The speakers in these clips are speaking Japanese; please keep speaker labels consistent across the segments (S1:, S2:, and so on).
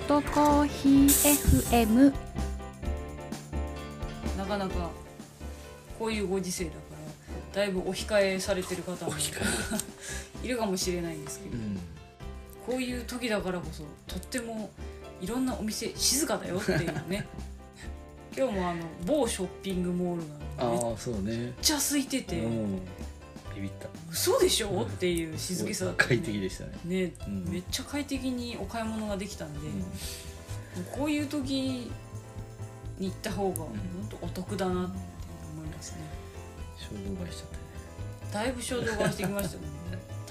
S1: ーヒー FM
S2: なかなかこういうご時世だからだいぶお控えされてる方も いるかもしれないんですけど、
S3: うん
S2: こういう時だからこそとってもいろんなお店静かだよっていう ね今日もあの某ショッピングモールがめっ
S3: ああそうね
S2: ちゃ空いて
S3: う
S2: て、
S3: んビビった
S2: 嘘でしょっていう静けさだった、
S3: 快適でしたね
S2: ね、
S3: うん
S2: めっちゃ快適にお買い物ができたんで、
S3: うん
S2: こういう時に行った方が本
S3: ん
S2: 当お得だなって思いますね
S3: 衝動買いしちゃったね
S2: だいぶ衝動買いしてきましたね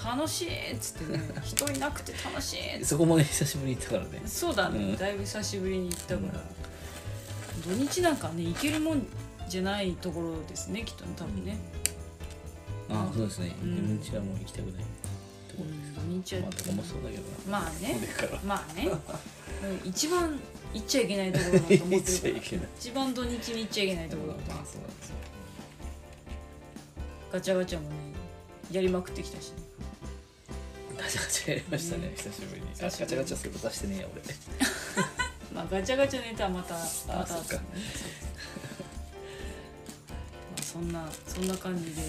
S2: 楽しいっつってね人いなくて楽しいっつっ
S3: そこまで久しぶりに行ったからね
S2: てそうだね、
S3: うん
S2: だいぶ久しぶりに行ったから、土日なんかね行けるもんじゃないところですねきっとね多分ね、
S3: ああそうですね
S2: うん
S3: 自分ちはもう行きたくないとこ
S2: うん、土日
S3: ろ
S2: は
S3: まあどこもそうだけど
S2: まあ
S3: な
S2: ね
S3: こ れから
S2: ま あね、うん、一番行っちゃいけないところだと思
S3: 行
S2: っ
S3: って
S2: るから
S3: ちゃ いけない
S2: 一番土日に行っちゃいけないところだと思
S3: ま
S2: う
S3: あそうなんですよ
S2: ガチャガチャもねやりまくってきたし、ね、
S3: ガチャガチャやりましたね久しぶりにあガ
S2: 久し
S3: チ
S2: ぶり
S3: ャガチャすると出してねえや俺
S2: まあガチャガチャネタはまたまた
S3: そっか
S2: まあそんなそんな感じで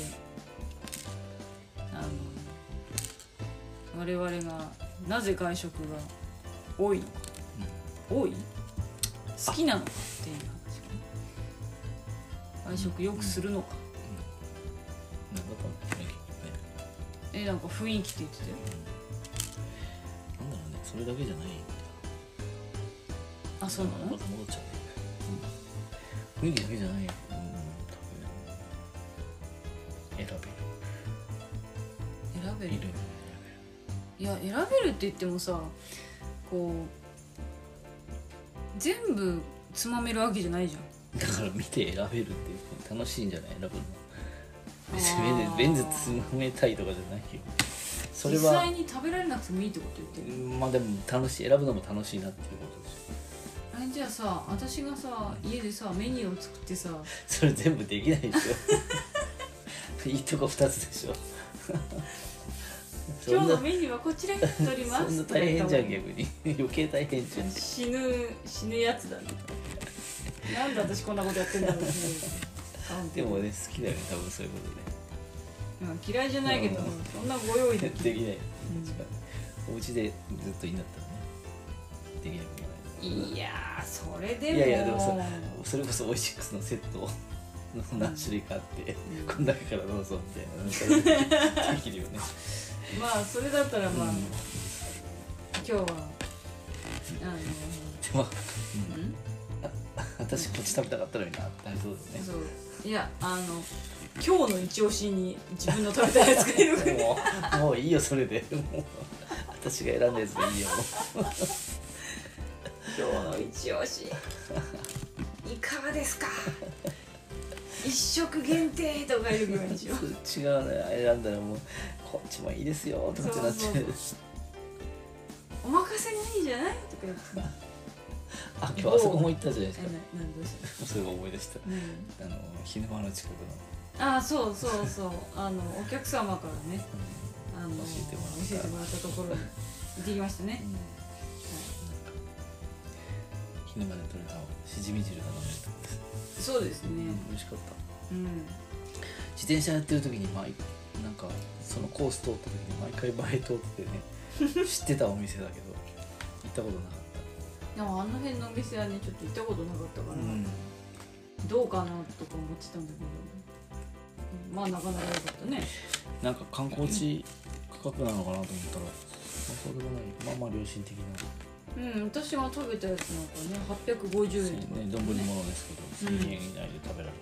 S2: あの我々がなぜ外食が多い、多い好きなのかっていう話かな外食よくするのか、
S3: なんだと思ってね
S2: えなんか雰囲気って言ってたよ
S3: なんだろうねそれだけじゃない
S2: あそうな
S3: ま
S2: の
S3: た戻っちゃうね、うん、雰囲気だけじゃないよ、うん、多分選
S2: 選べ
S3: べ
S2: る
S3: るいる
S2: いや選べるって言ってもさこう全部つまめるわけじゃないじゃん
S3: だから見て選べるっていう楽しいんじゃない選ぶの 別
S2: あ
S3: に
S2: ー
S3: レンズレンズつまめたいとかじゃないよそれ
S2: 実
S3: は
S2: 際に食べられなくてもいいってこと言ってる
S3: まあでも楽しい選ぶのも楽しいなっていうことですよ
S2: あれじゃあさ私がさ家でさメニューを作ってさ
S3: それ全部できないでし ょいいとこ2つでしょそ
S2: 今
S3: ん
S2: 日の
S3: な
S2: メニューはこちらに取ります
S3: そんな大変じゃん
S2: とか言っ
S3: 逆に余計大変じゃん
S2: たもん死ぬ死ぬやつだねなんで私こんなことやってんだろうね
S3: でもね好きだよね多分そういうことね
S2: うん嫌いじゃないけど、
S3: うん
S2: そんなご用意で
S3: で
S2: き
S3: き
S2: る
S3: ない、お家でずっといいんだったらねできなくもない
S2: いやーそれでも
S3: いやいやでもさそれこそオイシックスのセットを何種類かあって、
S2: うん
S3: こん中からどうぞみたいななんかできるよね、
S2: まあそれだったらまあ、
S3: うん
S2: 今日はあの
S3: でも、うん
S2: ん
S3: 私こっち食べたかったのになってなりそうだ
S2: そういやあの今日の一押しに自分の食べたいやつがいるから
S3: よねもうもういいよそれでもう私が選んだやつでいいよ
S2: 今日の一押しいかがですか一食限定とかいうぐらいにしよう
S3: 違うね選んだらもうこっちもいいですよとかってなっちゃう
S2: そう お任せにいいじゃないとか言ってな
S3: あ今日あそこも行ったじゃないですか
S2: ななんどうした
S3: そういえば思い出した
S2: うん
S3: あの日の丸の近くの
S2: ああそうそうそうあのお客様からねあの
S3: 教えてもらった
S2: 教えてもらったところに行ってきましたね、
S3: 日の丸で取れたしじみ汁が飲めるとこです、
S2: そうですね
S3: 美味しかった
S2: うん
S3: 自転車やってる時に毎なんかそのコース通った時に毎回前通っててね 知ってたお店だけど行ったことなかっ
S2: でもあの辺のお店はねちょっと行ったことなかったか
S3: た、
S2: ら、どうかなとか思ってたんだけどまあなかなか良かったね
S3: なんか観光地価格なのかなと思ったら、まあ、そうでもないまあまあ良心的な
S2: うん私が食べたやつなんかね850円とか
S3: ね丼物ですけど
S2: うん
S3: 1000円以内で食べられる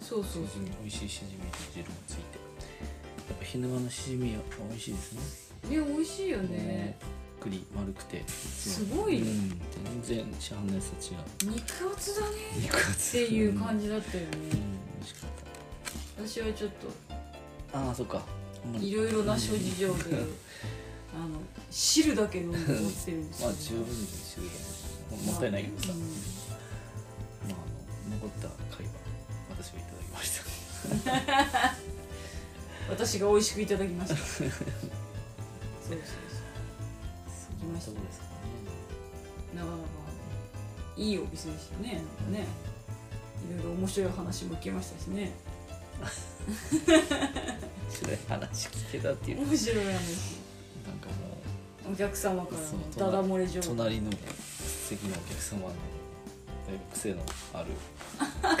S2: そう
S3: し
S2: そう
S3: じみ美味しいしじみ汁もついてやっぱ日沼のしじみは美味しいですね
S2: そうね美味しいよね
S3: ねゆっくり丸くてす
S2: ごいね
S3: うん、全然市販のやつと違う
S2: 肉厚だね
S3: 肉厚
S2: っていう感
S3: じ、
S2: じだったよ
S3: うん
S2: ね、
S3: 美味しかった
S2: 私はちょっ
S3: ああそっかあんま
S2: と
S3: り
S2: いろいろな諸事情で あの汁だけ飲んで持ってるんです
S3: ま
S2: よ
S3: あ十分に種類がもったいないけどさ、
S2: うん
S3: まあ、あの残った貝は私はいただきました
S2: 私が美味しくいただき ましたそうそうそう
S3: そ
S2: きました
S3: んなとこですかね
S2: なかなかいいお店でしたねなんかねいろいろ面白い話も聞けましたしね
S3: それ話聞けたっていう
S2: 面白い話
S3: なんかも
S2: お客様から
S3: そう
S2: のダダ漏れ情
S3: う
S2: 報
S3: 隣の席のお客様のだいぶ癖のある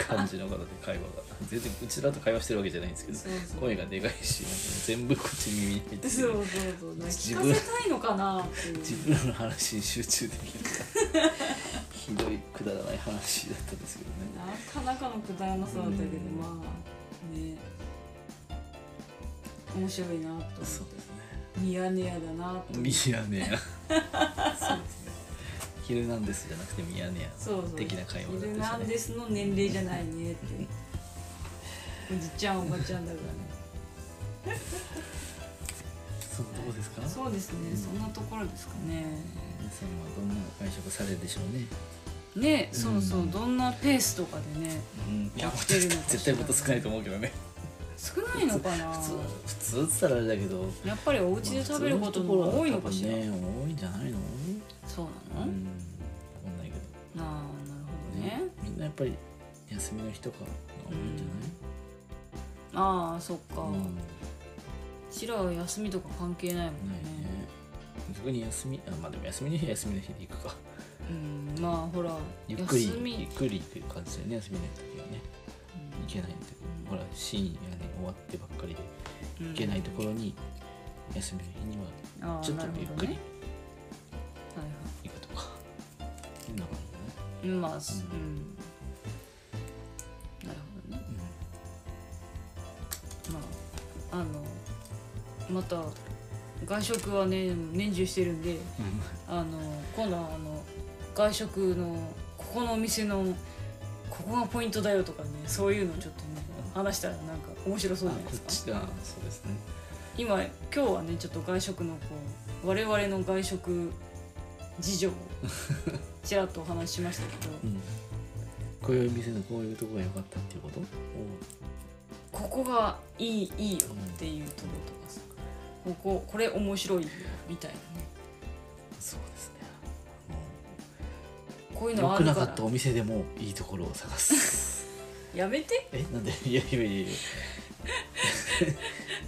S3: 感じの方で会話が全然うちらと会話してるわけじゃないんですけど
S2: そうそう
S3: 声がでかいしなんか全部こっち耳に入って
S2: そう
S3: る
S2: そうそうなんか
S3: 自
S2: 聞
S3: 分
S2: かせたいのかなっていう
S3: 自分らの話に集中できるからひどいくだらない話だったんですけどね
S2: なかなかのくだらなさだったけど
S3: うん
S2: まあね面白いなと思って
S3: そうですね
S2: ミヤネ屋だなと
S3: ミヤネ屋そうですね「ヒルナンデス」じゃなくて「ミヤネ屋」
S2: そうそう
S3: 的な会話だった
S2: ヒ
S3: しね
S2: ルナンデスの年齢じゃないねっておじちゃんおばちゃんだか
S3: そうどうですから
S2: そうですねそんなところですかね
S3: 皆さんはどんな会食されるでしょうね
S2: ねそうそう、
S3: うん
S2: どんなペースとかでね
S3: うんいや
S2: やってるのかしら
S3: 絶対もっと少ないと思うけどね
S2: 少ないのかな
S3: 普通普通っつったらあれだけど
S2: やっぱりお家で食べることの方が多いのかしら、
S3: まあ普通のところは多分ね多いんじゃないの
S2: そうなの、なん
S3: うわかんないけ
S2: あなるほ
S3: ど
S2: どね
S3: みんなやっぱり休みの日とかが多いんじゃない
S2: ああそっか、
S3: う
S2: うんちらは休みとか関係ないもん
S3: な
S2: ね
S3: いね逆に休みあまあでも休みの日は休みの日で行 くか
S2: うんまあほら
S3: ゆっくり
S2: 休み、
S3: ゆっくりっていう感じだよね休みの時はね
S2: うん
S3: 行けないところほら深夜に終わってばっかりで
S2: うん
S3: 行けないところに休みの日には
S2: ああ
S3: ちょっと
S2: なる
S3: ゆっ
S2: ほ
S3: く
S2: ど
S3: り
S2: ねはいはい
S3: 行くとか そんな感
S2: まあ、すう
S3: う
S2: ん。なるほどね。
S3: じだね
S2: まあ、あの、また、外食はね、年中してるんで、あの、今度はあの、外食の、ここのお店の、ここがポイントだよとかね、そういうのちょっとね、話したらなんか面白そう
S3: うん
S2: じゃな
S3: あ
S2: い
S3: こ
S2: で
S3: っ
S2: すか。
S3: ちだそうですね
S2: 今、今日はね、ちょっと外食のこう、我々の外食事情を、ちらっとお話ししましたけど、
S3: うんこういう店のこういうとこが良かったっていうことを
S2: ここがいいいいよっていうところとかさこここれ面白いよみたいなね
S3: そうですね
S2: こういう
S3: 良
S2: のあ
S3: く
S2: る
S3: な
S2: か
S3: からったお店でもいいところを探す
S2: やめて
S3: えなんで いやいやいやいや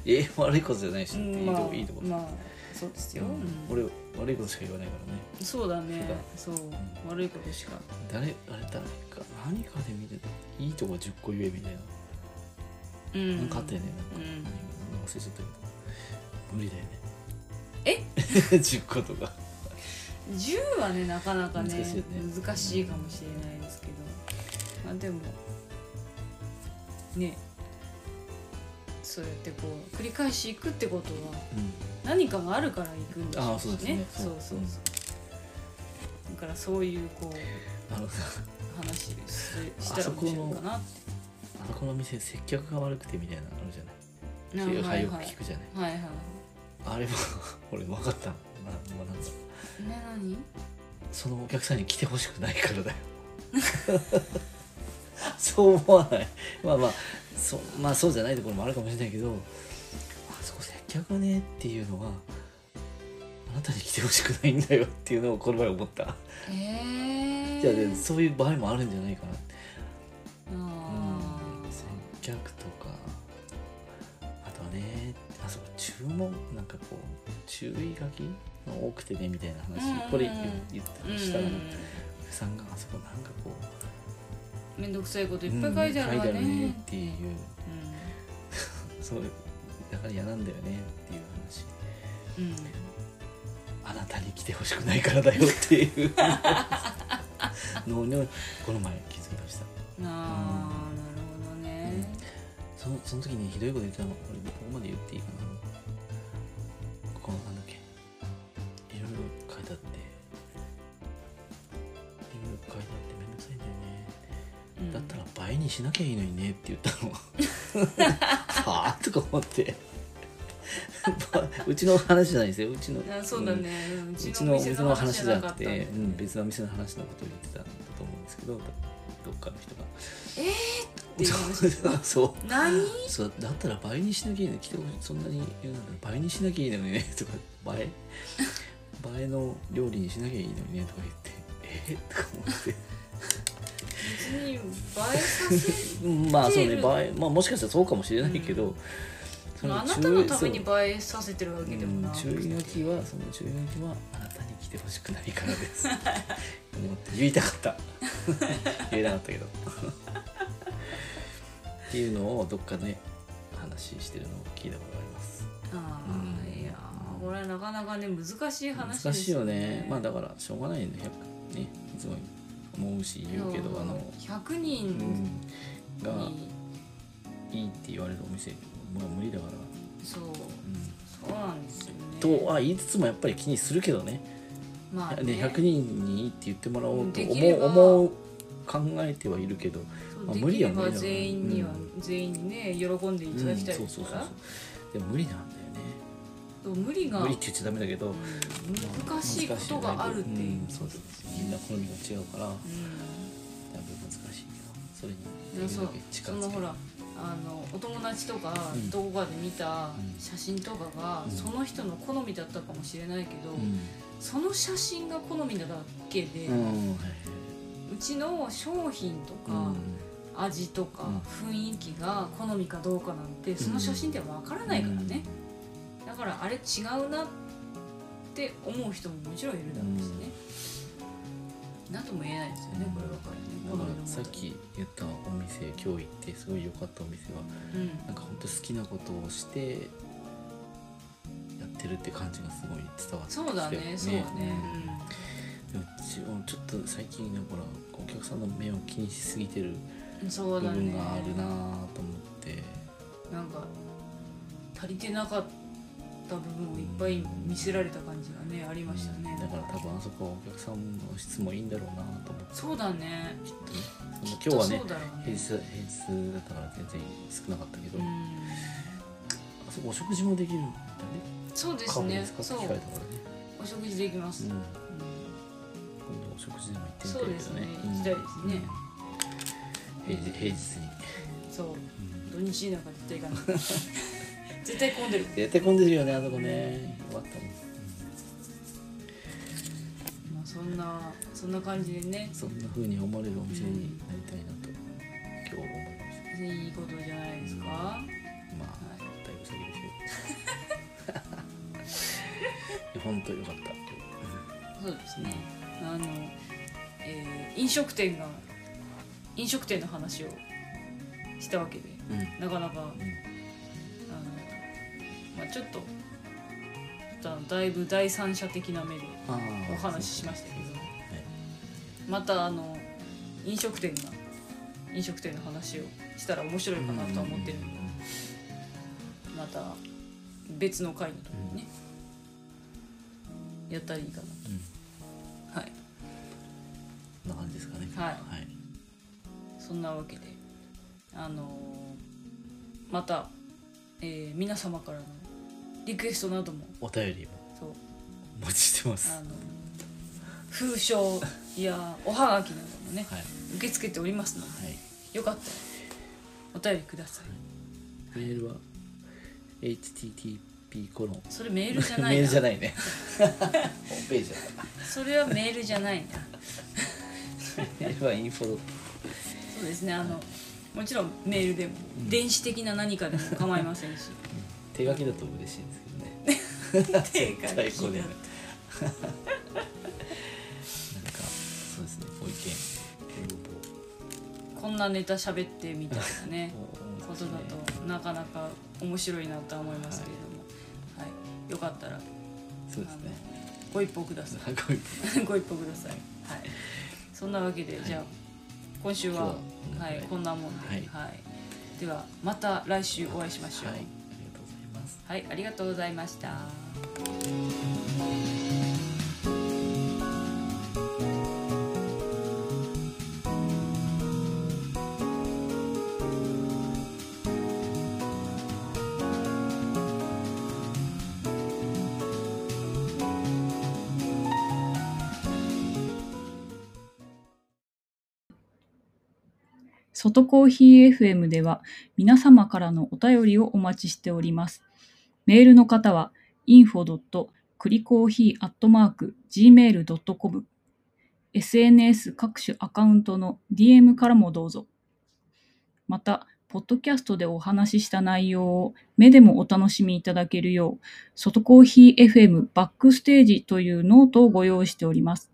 S3: え悪いことじゃないしだっていいとこいいとこ
S2: まあ、まあ、そうですよ、
S3: うん
S2: うん
S3: 俺悪いことしか言わないからね
S2: そうだねそう
S3: うん
S2: 悪いことしか
S3: 誰あれ誰か何かで見てたいいとこ10個言えみたいな、
S2: うん
S3: なんかあったよねなんか、
S2: うん
S3: 何か忘れちゃったけど無理だよね
S2: え
S3: 10個とか
S2: 10はねなかなかね
S3: 難しいよね
S2: 難しいかもしれないですけどまあでもねそうやってこう繰り返し行くってことは
S3: うん
S2: 何かがあるから行くんだ
S3: ああそうですね
S2: そうそうそう、
S3: うん
S2: だからそういうこう
S3: あのさ
S2: 話すし
S3: あ
S2: たら
S3: そこ
S2: 面
S3: の
S2: 白いかなっ
S3: あのこの店接客が悪くてみたいなのあるじゃない
S2: て
S3: っていう
S2: はい
S3: よ
S2: は
S3: く
S2: い
S3: 聞くじゃない
S2: はいはい
S3: あれも 俺分かったなもうなんだろう
S2: ね何
S3: そのお客さんに来てほしくないからだよ そう思わないまあまあそうまあそうじゃないところもあるかもしれないけどあそこ接客ねっていうのはあなたに来てほしくないんだよっていうのをこの前思った
S2: えー、
S3: じゃあねそういう場合もあるんじゃないかな
S2: あ
S3: うん接客とかあとはねあそこ注文なんかこう注意書きが多くてねみたいな話、
S2: うんうんうん
S3: これ言言った
S2: ー
S3: りしたら、
S2: うん
S3: お客さんがあそこなんかこう
S2: めんどくさいこと
S3: い
S2: いっぱい書いてあるわね,、うん
S3: っていうそうだから嫌なんだよねっていう話
S2: うん
S3: あなたに来てほしくないからだよっていうのにこの前気づきました
S2: ああなるほどね、
S3: そのその時にひどいこと言ったのこれどこまで言っていいかなここなんだっけいろいろ書いてあっていろいろ書いてあってめんどくさいんだよね、
S2: うん
S3: だったら倍にしなきゃいいのにねって言ったの はあとか思って ばうちの話じゃないですようちの
S2: あそうだね、うんう
S3: うんう
S2: ち
S3: ち
S2: の
S3: の
S2: お
S3: お店
S2: 店
S3: の
S2: の話
S3: 話
S2: じ
S3: じゃ
S2: ゃなか
S3: な
S2: った
S3: くて、
S2: んだよね
S3: うん、別のお店の話のことを言ってたんだと思うんですけどどどっかの人が
S2: ていう話ですか
S3: そう
S2: 何
S3: そうだったら倍にしなきゃいいの来てほしいそんなに言うんだったら倍にしなきゃいいのにねとか倍倍の料理にしなきゃいいのにねとか言ってえーとか思って
S2: 映えさせ
S3: まあそう
S2: テ
S3: ね
S2: ー
S3: 映
S2: ル
S3: え、まあ、もしかしたらそうかもしれないけど、そ
S2: まああなたのために映
S3: 注
S2: えさせてるわけ
S3: 意
S2: でもな
S3: うん
S2: く
S3: 注意書きはその注意書きはあなたに来てほしくないからです 思って言いたかった 言えなかったけどっていうのをどっかで話してるのを聞いたことがあります
S2: ああ
S3: うん
S2: いやーこれはなかなかね難しい話です
S3: 難しいよねまあだからしょうがないよねやっぱねいつも思うし言うけどあの、
S2: 100
S3: う
S2: 人
S3: ん、
S2: に、
S3: がいいって言われるお店もう無理だから、
S2: そう
S3: う
S2: そうなんですよね
S3: ん、とは言いつつもやっぱり気にするけどね
S2: まあ
S3: ね
S2: ね
S3: 100人にいいって言ってもらおうと
S2: でき
S3: 思
S2: れ
S3: う
S2: ば
S3: 思う考えてはいるけど、
S2: そう
S3: まあ
S2: で
S3: 無理
S2: き
S3: よ
S2: れ
S3: ね
S2: ば全員には、
S3: う
S2: 全員にね喜んでい
S3: うん、
S2: た
S3: そ
S2: だ
S3: う
S2: きたい
S3: そう
S2: です
S3: そう
S2: か
S3: そう
S2: ら、
S3: でも無理なんだよね
S2: そう無理が
S3: 無理って言っちゃダメだけど、
S2: うん難しいこと
S3: 難よね
S2: があるっていう、
S3: んそうそうみんな好みが違うからだいぶ
S2: う
S3: 難しいけどそれに
S2: ん
S3: でき
S2: そう
S3: るだけ
S2: そ
S3: 近づ
S2: の
S3: け
S2: ほ
S3: る
S2: らあのお友達とか
S3: うん
S2: どこかで見た
S3: うん
S2: 写真とかが、
S3: うん
S2: その人の好みだったかもしれないけど、
S3: う、
S2: その写真が好みなだけで、うん
S3: うんはい
S2: ちの商品と
S3: はい
S2: か、味とか、雰囲気が好みかどうかなんてその写真ではわからないからね、だからあれ違うなって思う人ももちろんいるだろうしね、なんとも言えないですよねこればかりね
S3: だ
S2: 好
S3: か
S2: みの問
S3: ら
S2: 題
S3: さっき言ったお店今日行ってすごい良かったお店は
S2: うん
S3: なんか本当好きなことをしてやってるって感じがすごい伝わってきて
S2: そうだねそうだね
S3: うんでもちもちょっと最近ねほらお客さんの目を気にしすぎてる
S2: うんそ
S3: 部
S2: うだね
S3: 分があるなと思って
S2: なんか足りてなかった部分をいっぱい見せられた感じがねありました
S3: うんだ
S2: ね
S3: から多分あそこはお客さんの質もいいんだろうなと思って
S2: そうだね
S3: きっとねその今日はね
S2: そうだろうね
S3: 平日平日だったから全然少なかったけど、
S2: う
S3: あ
S2: ん
S3: そこお食事もできるんだね
S2: そうで
S3: カ
S2: す
S3: フェ
S2: ね
S3: ですかって
S2: そう
S3: 聞かれたからね
S2: お食事できます、
S3: う
S2: うんん
S3: 今度お食事でも行ってみ
S2: そ
S3: たい
S2: うで
S3: け
S2: す
S3: ど
S2: ね
S3: ね
S2: 行きたいですね
S3: うん平日平日に
S2: そう土日なんか絶対行かない 絶対混んでる
S3: 絶対混んでるよねあそこねよかったもん
S2: まあそんなそんな感じでね
S3: そんな風に思われるお店になりたいなと今日思いまし
S2: いいことじゃないですか、
S3: たまあだいぶ先ですよ本当よかった今
S2: そうですねあの、えー飲食店が飲食店の話をしたわけで
S3: 日うん
S2: なかなかあの、まあ、ちょっとだだいぶ第三者的な目で
S3: あー
S2: お話ししましたけど
S3: はい
S2: またあの飲食店が飲食店の話をしたら面白いかなとは思ってるんでまた別の回の時にね、やったらいいか
S3: うん
S2: なはい
S3: こんな感じですかね
S2: はい
S3: はい
S2: そんなわけであのーまた、えー皆様からのリクエストなども
S3: お便りも
S2: そう
S3: お待ちしてます
S2: あの風書やおはがきなどもね
S3: はい
S2: 受け付けておりますので
S3: はい
S2: よかったらお便りください
S3: メールは http コロン
S2: それメールじゃな
S3: メ
S2: い
S3: ール
S2: な
S3: じゃないねホームページだから
S2: それはメールじゃないな
S3: メールはインフォロ
S2: そうですねあのもちろんメールでも電子的な何かでも構いません し
S3: 手書きだと嬉しいですけどね
S2: 手 書きだと
S3: 最高だよねなんかそうですねご意見
S2: こんなネタ喋ってみたいなね
S3: ご応募を
S2: ことだとなかなか面白いなとは思いますけれども、はいよかったら
S3: そうですね
S2: ご一報くださ
S3: なんかご意見
S2: い ご一報ください、はい、そんなわけで、じゃあ今週は
S3: 今日はこんな
S2: は
S3: ぐらい
S2: い、こんなもんで、
S3: は
S2: はいいではまた来週お会いしましょう
S3: はいありがとうございます
S2: はい、ありがとうございました。
S4: 外コーヒー FM では皆様からのお便りをお待ちしております。メールの方は info.cricoffee.gmail.com SNS 各種アカウントの DM からもどうぞ。また、ポッドキャストでお話しした内容を目でもお楽しみいただけるよう、外コーヒー FM バックステージというノートをご用意しております。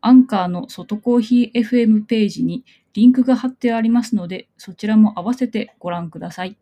S4: アンカーの外コーヒー FM ページにリンクが貼ってありますので、そちらも合わせてご覧ください。